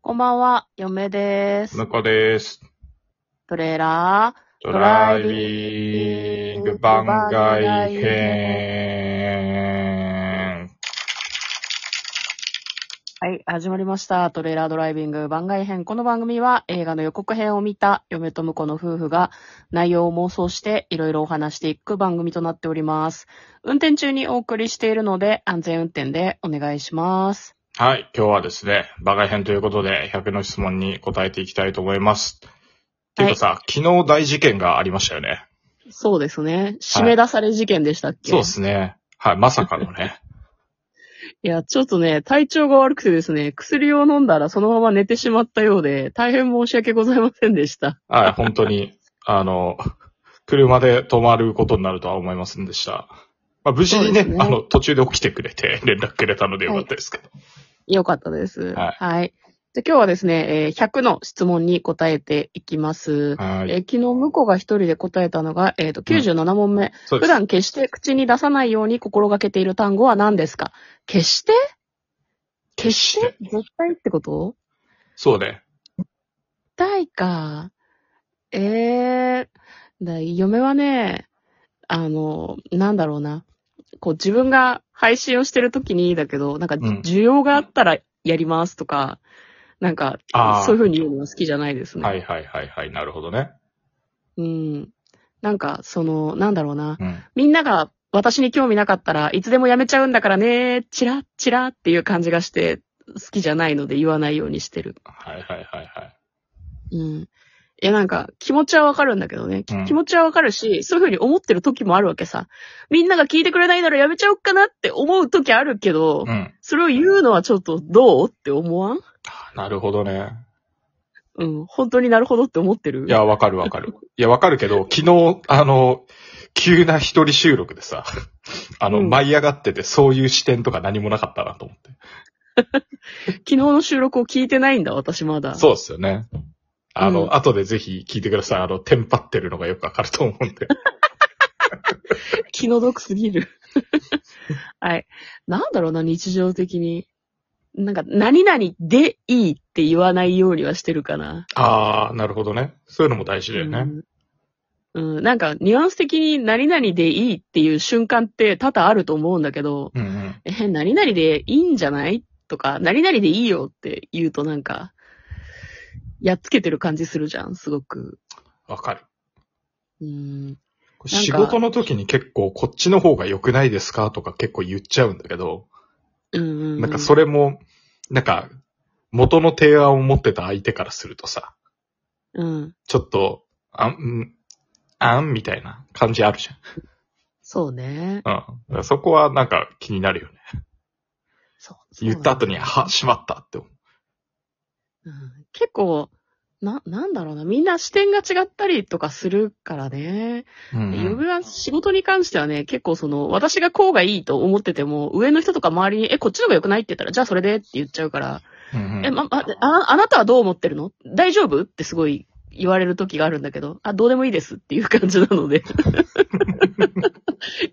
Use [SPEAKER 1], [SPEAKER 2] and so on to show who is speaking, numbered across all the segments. [SPEAKER 1] こんばんは、嫁です。
[SPEAKER 2] 向こうです。
[SPEAKER 1] トレーラ
[SPEAKER 2] ドライビング番外編。
[SPEAKER 1] ー。はい、始まりました。トレーラードライビング番外編。この番組は映画の予告編を見た嫁と婿の夫婦が内容を妄想していろいろお話していく番組となっております。運転中にお送りしているので安全運転でお願いします。
[SPEAKER 2] はい、今日はですね、番外編ということで、100の質問に答えていきたいと思います。っていうかさ、昨日大事件がありましたよね。
[SPEAKER 1] そうですね。締め出され事件でしたっけ、
[SPEAKER 2] そうですね。はい、まさかのね。
[SPEAKER 1] いや、ちょっとね、体調が悪くてですね、薬を飲んだらそのまま寝てしまったようで、大変申し訳ございませんでした。
[SPEAKER 2] はい、本当に、あの、車で泊まることになるとは思いませんでした。まあ、無事にね
[SPEAKER 1] そうですね
[SPEAKER 2] あの、途中で起きてくれて、連絡くれたのでよかったですけど。
[SPEAKER 1] よかったです。
[SPEAKER 2] はい
[SPEAKER 1] じゃあ今日はですね、えー100の質問に答えていきます。
[SPEAKER 2] はい、
[SPEAKER 1] えー昨日、向こうが一人で答えたのが、えっ、と、97問目、
[SPEAKER 2] そう
[SPEAKER 1] 普
[SPEAKER 2] です。
[SPEAKER 1] 段決して口に出さないように心がけている単語は何ですか決して決して絶対ってこと
[SPEAKER 2] そうね。
[SPEAKER 1] 対か。ええだ嫁はね、あの、なんだろうな。こう自分が配信をしてる時にだけど、なんか
[SPEAKER 2] ん
[SPEAKER 1] 需要があったらやりますとか、なんか
[SPEAKER 2] あー、
[SPEAKER 1] そういう風に言うのは好きじゃないですね。
[SPEAKER 2] はいはいはいはい、なるほどね。
[SPEAKER 1] うん。なんか、その、なんだろうな。
[SPEAKER 2] うん。
[SPEAKER 1] みんなが私に興味なかったらいつでもやめちゃうんだからね、チラッチラッっていう感じがして、好きじゃないので言わないようにしてる。
[SPEAKER 2] はいはいはいはい。
[SPEAKER 1] うん。いや、なんか、気持ちはわかるんだけどね。き
[SPEAKER 2] うん
[SPEAKER 1] 気持ちはわかるし、そういうふうに思ってる時もあるわけさ。みんなが聞いてくれないならやめちゃおっかなって思う時あるけど、
[SPEAKER 2] うん。
[SPEAKER 1] それを言うのはちょっとどうって思わん
[SPEAKER 2] なるほどね。
[SPEAKER 1] うん。本当になるほどって思ってる
[SPEAKER 2] いや、わかる わかる。いや、わかるけど、昨日、あの、急な一人収録でさ、 あの、
[SPEAKER 1] うん
[SPEAKER 2] 舞い上がってて、そういう視点とか何もなかったなと思って。
[SPEAKER 1] 昨日の収録を聞いてないんだ、私まだ。
[SPEAKER 2] そうですよね。あの、
[SPEAKER 1] うん
[SPEAKER 2] 後でぜひ聞いてください。あの、テンパってるのがよくわかると思うん で。
[SPEAKER 1] 気の毒すぎる。 はい。なんだろうな、日常的に。なんか、何々でいいって言わないようにはしてるかな。
[SPEAKER 2] あー、なるほどね。そういうのも大事だよね。
[SPEAKER 1] うん。うん、なんか、ニュアンス的に何々でいいっていう瞬間って多々あると思うんだけど、
[SPEAKER 2] うんうん。
[SPEAKER 1] え、何々でいいんじゃないとか、何々でいいよって言うとなんか、やっつけてる感じするじゃん、すごく。
[SPEAKER 2] わかる。
[SPEAKER 1] うん。なんか
[SPEAKER 2] 仕事の時に結構、こっちの方が良くないですかとか結構言っちゃうんだけど、
[SPEAKER 1] うんうんうん。
[SPEAKER 2] なんかそれも、なんか、元の提案を持ってた相手からするとさ、
[SPEAKER 1] うん。
[SPEAKER 2] ちょっと、あん、んあんみたいな感じあるじ
[SPEAKER 1] そうね。
[SPEAKER 2] ゃん。うん。だからそこはなんか気になるよね。
[SPEAKER 1] そう。そう
[SPEAKER 2] 言った後に、は、しまったって思う。
[SPEAKER 1] うん結構、な、なんだろうな。みんな視点が違ったりとかするからね。
[SPEAKER 2] うんうん
[SPEAKER 1] 嫁は仕事に関してはね、結構その、私がこうがいいと思ってても、上の人とか周りに、え、こっちの方が良くないって言ったら、じゃあそれでって言っちゃうから、
[SPEAKER 2] うんうん
[SPEAKER 1] え、ま、ま、あ、あなたはどう思ってるの大丈夫ってすごい言われる時があるんだけど、あ、どうでもいいですっていう感じなの で。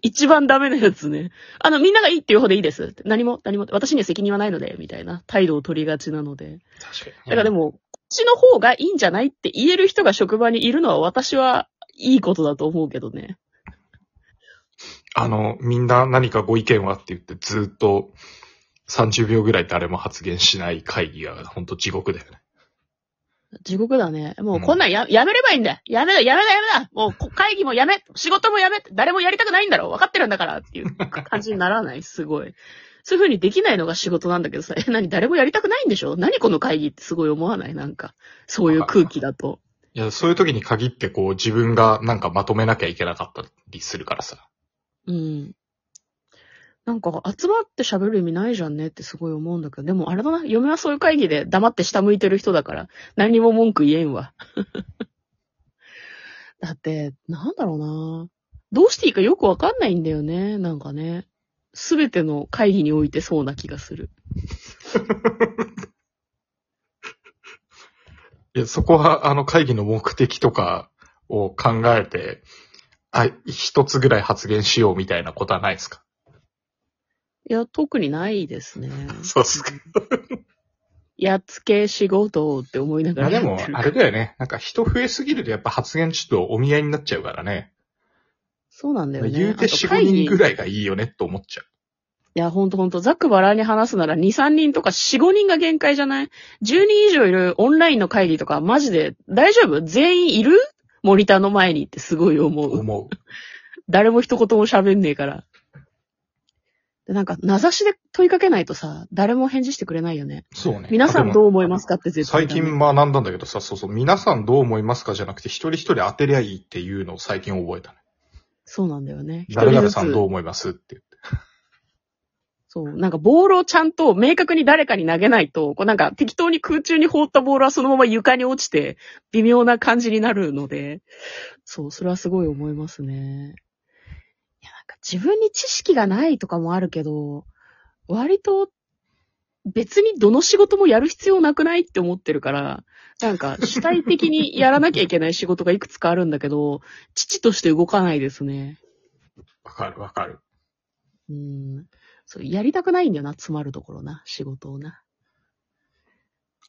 [SPEAKER 1] 一番ダメなやつね。あの、みんながいいっていう方でいいです。何も、何も、私には責任はないので、みたいな態度を取りがちなので。
[SPEAKER 2] 確かに。
[SPEAKER 1] だからでも、こっちの方がいいんじゃないって言える人が職場にいるのは私はいいことだと思うけどね。
[SPEAKER 2] あの、みんな何かご意見はって言ってずっと30秒ぐらい誰も発言しない会議が本当地獄だよね。
[SPEAKER 1] 地獄だね。も
[SPEAKER 2] う
[SPEAKER 1] うんこんなんや、やめればいいんだよ。やめだ、やめだ、やめだ。もうこ会議もやめ、仕事もやめ、誰もやりたくないんだろ。分かってるんだからっていう感じにならない。 すごい。そういう風にできないのが仕事なんだけどさ、え、何誰もやりたくないんでしょ何この会議ってすごい思わないなんか、そういう空気だと。
[SPEAKER 2] いや、そういう時に限ってこう自分がなんかまとめなきゃいけなかったりするからさ。
[SPEAKER 1] うん。なんか、集まって喋る意味ないじゃんねってすごい思うんだけど、でもあれだな、嫁はそういう会議で黙って下向いてる人だから、何にも文句言えんわ。 だって、なんだろうな。どうしていいかよくわかんないんだよね、なんかね。すべての会議においてそうな気がする。
[SPEAKER 2] いや、そこは、あの、会議の目的とかを考えて、あ、一つぐらい発言しようみたいなことはないですか
[SPEAKER 1] いや、特にないですね。
[SPEAKER 2] そうっすか。
[SPEAKER 1] やっつけ仕事って思いなが
[SPEAKER 2] ま
[SPEAKER 1] ら
[SPEAKER 2] あで
[SPEAKER 1] や
[SPEAKER 2] も
[SPEAKER 1] って、る
[SPEAKER 2] あれだよね。なんか人増えすぎるとやっぱ発言ちょっとお見合いになっちゃうからね。
[SPEAKER 1] そうなんだよね。
[SPEAKER 2] 言うて
[SPEAKER 1] あと
[SPEAKER 2] 4、
[SPEAKER 1] 会
[SPEAKER 2] 5
[SPEAKER 1] 議
[SPEAKER 2] 人ぐらいがいいよねと思っちゃう。
[SPEAKER 1] いや、ほんとほんと、ざっくばらんに話すなら2、3人とか4、5人が限界じゃない ?10 人以上いるオンラインの会議とか、マジで、大丈夫全員いるモニターの前にってすごい思う。
[SPEAKER 2] 思う。
[SPEAKER 1] 誰も一言も喋んねえから。でなんか、名指しで問いかけないとさ、誰も返事してくれないよね。
[SPEAKER 2] そうね。
[SPEAKER 1] 皆さん
[SPEAKER 2] う
[SPEAKER 1] どう思いますかって絶対
[SPEAKER 2] 最
[SPEAKER 1] だね、
[SPEAKER 2] 近学んだんだけどさ、そうそう、皆さんどう思いますかじゃなくて、一人一人当てりゃいいっていうのを最近覚えたね。
[SPEAKER 1] そうなんだよね。一
[SPEAKER 2] 誰
[SPEAKER 1] 人
[SPEAKER 2] 々
[SPEAKER 1] ず
[SPEAKER 2] さんどう
[SPEAKER 1] つ。
[SPEAKER 2] 思いますって言って。
[SPEAKER 1] そう。なんか、ボールをちゃんと明確に誰かに投げないと、こうなんか、適当に空中に放ったボールはそのまま床に落ちて、微妙な感じになるので、そう、それはすごい思いますね。いや、なんか、自分に知識がないとかもあるけど、割と、別にどの仕事もやる必要なくないって思ってるから、なんか主体的にやらなきゃいけない仕事がいくつかあるんだけど、父として動かないですね。
[SPEAKER 2] わかるわかる。
[SPEAKER 1] うん。そう、やりたくないんだよな、詰まるところな、仕事をな。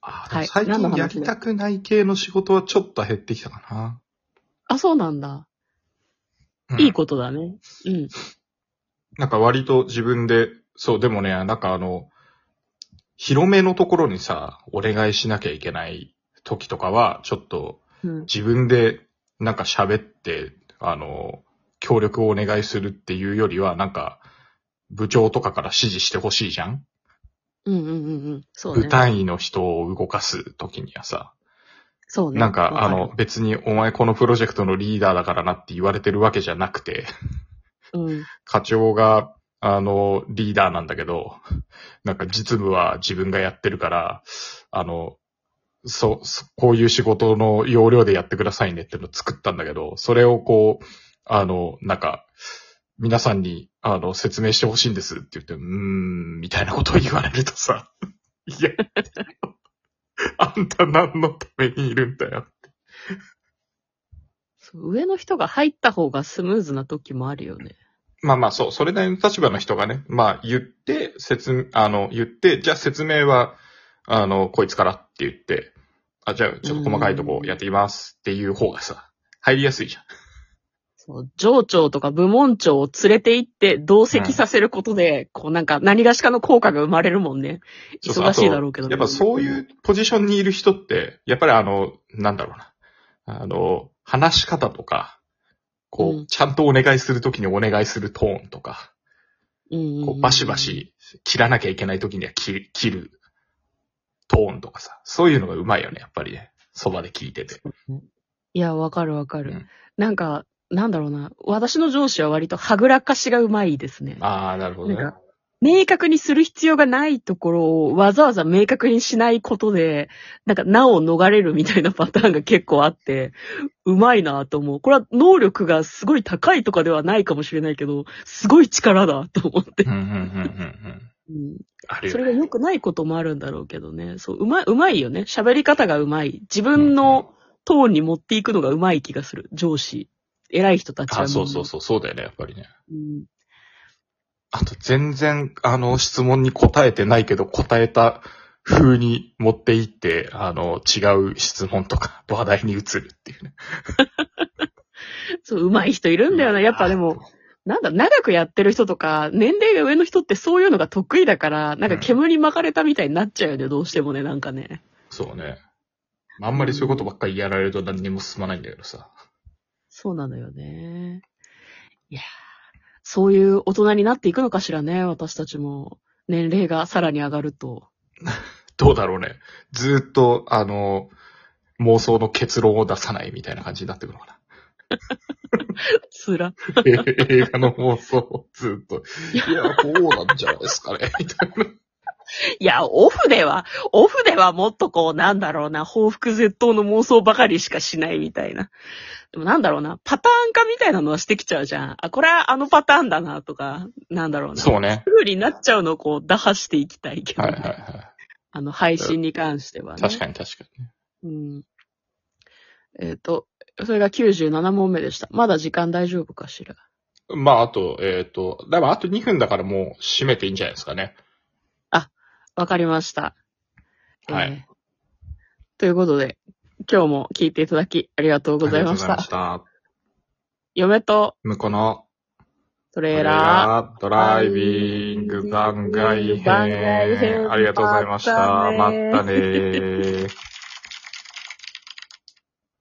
[SPEAKER 2] あー
[SPEAKER 1] はい
[SPEAKER 2] 最
[SPEAKER 1] 何の
[SPEAKER 2] 近
[SPEAKER 1] 話
[SPEAKER 2] やりたくない系の仕事はちょっと減ってきたか
[SPEAKER 1] あ、そうなんだ。
[SPEAKER 2] な。うん
[SPEAKER 1] いいことだね。うん。
[SPEAKER 2] なんか割と自分で、そう、でもね、なんかあの、広めのところにさ、お願いしなきゃいけない時とかは、ちょっと
[SPEAKER 1] うん。
[SPEAKER 2] 自分でなんか喋って、あの、協力をお願いするっていうよりは、なんか、部長とかから指示してほしいじゃん、
[SPEAKER 1] うんうんうんうん。そうね
[SPEAKER 2] 部。単位の人を動かす時にはさ、
[SPEAKER 1] そうね。
[SPEAKER 2] なんか、
[SPEAKER 1] わ
[SPEAKER 2] あ
[SPEAKER 1] る
[SPEAKER 2] の、、別にお前このプロジェクトのリーダーだからなって言われてるわけじゃなくて、
[SPEAKER 1] うん。
[SPEAKER 2] 課長が、あの、リーダーなんだけど、 なんか実務は自分がやってるから、あの、そ、そこういう仕事の要領でやってくださいねってのを作ったんだけど、それをこう、あの、なんか、皆さんに、あの、説明してほしいんですって言って、うーん、みたいなことを言われるとさ、 いや、あんた何のためにいるんだよ。
[SPEAKER 1] そう上の人が入った方がスムーズな時もあるよね。
[SPEAKER 2] まあまあそう、それなりの立場の人がね、まあ言って、説、あの、言って、じゃあ説明は、あの、こいつからって言って、あ、じゃあちょっと細かいとこやっていきますっていう方がさ、入りやすいじゃん。
[SPEAKER 1] そう、上長とか部門長を連れて行って同席させることで、こうなんか何がしかの効果が生まれるもんね。
[SPEAKER 2] そうそう
[SPEAKER 1] 忙しいだろうけど
[SPEAKER 2] あ
[SPEAKER 1] ね
[SPEAKER 2] とやっぱそういうポジションにいる人って、やっぱりあの、なんだろうな。あの、話し方とか、こう、
[SPEAKER 1] うん
[SPEAKER 2] ちゃんとお願いするときにお願いするトーンとか、
[SPEAKER 1] うんうんうん
[SPEAKER 2] こうバシバ。シ切らなきゃいけない時には切る切るトーンとかさ、そういうのがうまいよね、やっぱりね。そばで聞いてて。
[SPEAKER 1] いや、わかるわかる。
[SPEAKER 2] うん
[SPEAKER 1] なんか、なんだろうな。私の上司は割とはぐらかしがうまいですね。
[SPEAKER 2] ああ、なるほどね
[SPEAKER 1] なん。か明確にする必要がないところをわざわざ明確にしないことで、なんか、なお逃れるみたいなパターンが結構あって、うまいなと思う。これは能力がすごい高いとかではないかもしれないけど、すごい力だと思って
[SPEAKER 2] うん。うんうんうんうん。
[SPEAKER 1] うん
[SPEAKER 2] ある
[SPEAKER 1] そ
[SPEAKER 2] よ
[SPEAKER 1] れ
[SPEAKER 2] ね。
[SPEAKER 1] が良くないこともあるんだろうけどね。そう、うまい、うまいよね。喋り方がうまい。自分のトーンに持っていくのがうまい気がする。上司。偉い人たちは
[SPEAKER 2] あ
[SPEAKER 1] みんな。
[SPEAKER 2] そうそうそう、そうだよね、やっぱりね。
[SPEAKER 1] うん
[SPEAKER 2] あと、全然、あの、質問に答えてないけど、答えた風に持っていって、あの、違う質問とか、話題に移るっていうね。
[SPEAKER 1] そう、うまい人いるんだよな。やっぱでも、なんだ、長くやってる人とか、年齢が上の人ってそういうのが得意だから、なんか煙に巻かれたみたいになっちゃうよね、どうしてもね、なんかね。
[SPEAKER 2] そうね。あんまりそういうことばっかりやられると何にも進まないんだけどさ。
[SPEAKER 1] そうなのよね。いやーそういう大人になっていくのかしらね、私たちも。年齢がさらに上がると。
[SPEAKER 2] どうだろうね。ずーっと、あの、妄想の結論を出さないみたいな感じになってくるのかな。
[SPEAKER 1] つら。
[SPEAKER 2] 映画の妄想をずーっと。いや、こうなんじゃないですかね。みたいな。
[SPEAKER 1] いや、オフでは、オフではもっとこう、なんだろうな、報復絶倒の妄想ばかりしかしないみたいな。でもなんだろうな、パターン化みたいなのはしてきちゃうじゃん。あ、これはあのパターンだな、とか、なんだろうな。
[SPEAKER 2] そうね。
[SPEAKER 1] 風になっちゃうのをこう、打破していきたいけど、
[SPEAKER 2] はい
[SPEAKER 1] ね
[SPEAKER 2] はいは
[SPEAKER 1] あの、配信に関してはね。
[SPEAKER 2] い。確かに確かにね。
[SPEAKER 1] に。うん。えっ、と、それが97問目でした。まだ時間大丈夫かしら。
[SPEAKER 2] まあ、あと、えっ、と、だからあと2分だからもう閉めていいんじゃないですかね。
[SPEAKER 1] わかりました。
[SPEAKER 2] は
[SPEAKER 1] え
[SPEAKER 2] い
[SPEAKER 1] ーということで、今日も聞いていただきありがとうございまし
[SPEAKER 2] ありがとうございま
[SPEAKER 1] た。
[SPEAKER 2] した。
[SPEAKER 1] 嫁と
[SPEAKER 2] 向こうの
[SPEAKER 1] トレーラー。
[SPEAKER 2] ドライビング番外編。ありがとうございました。まったねー。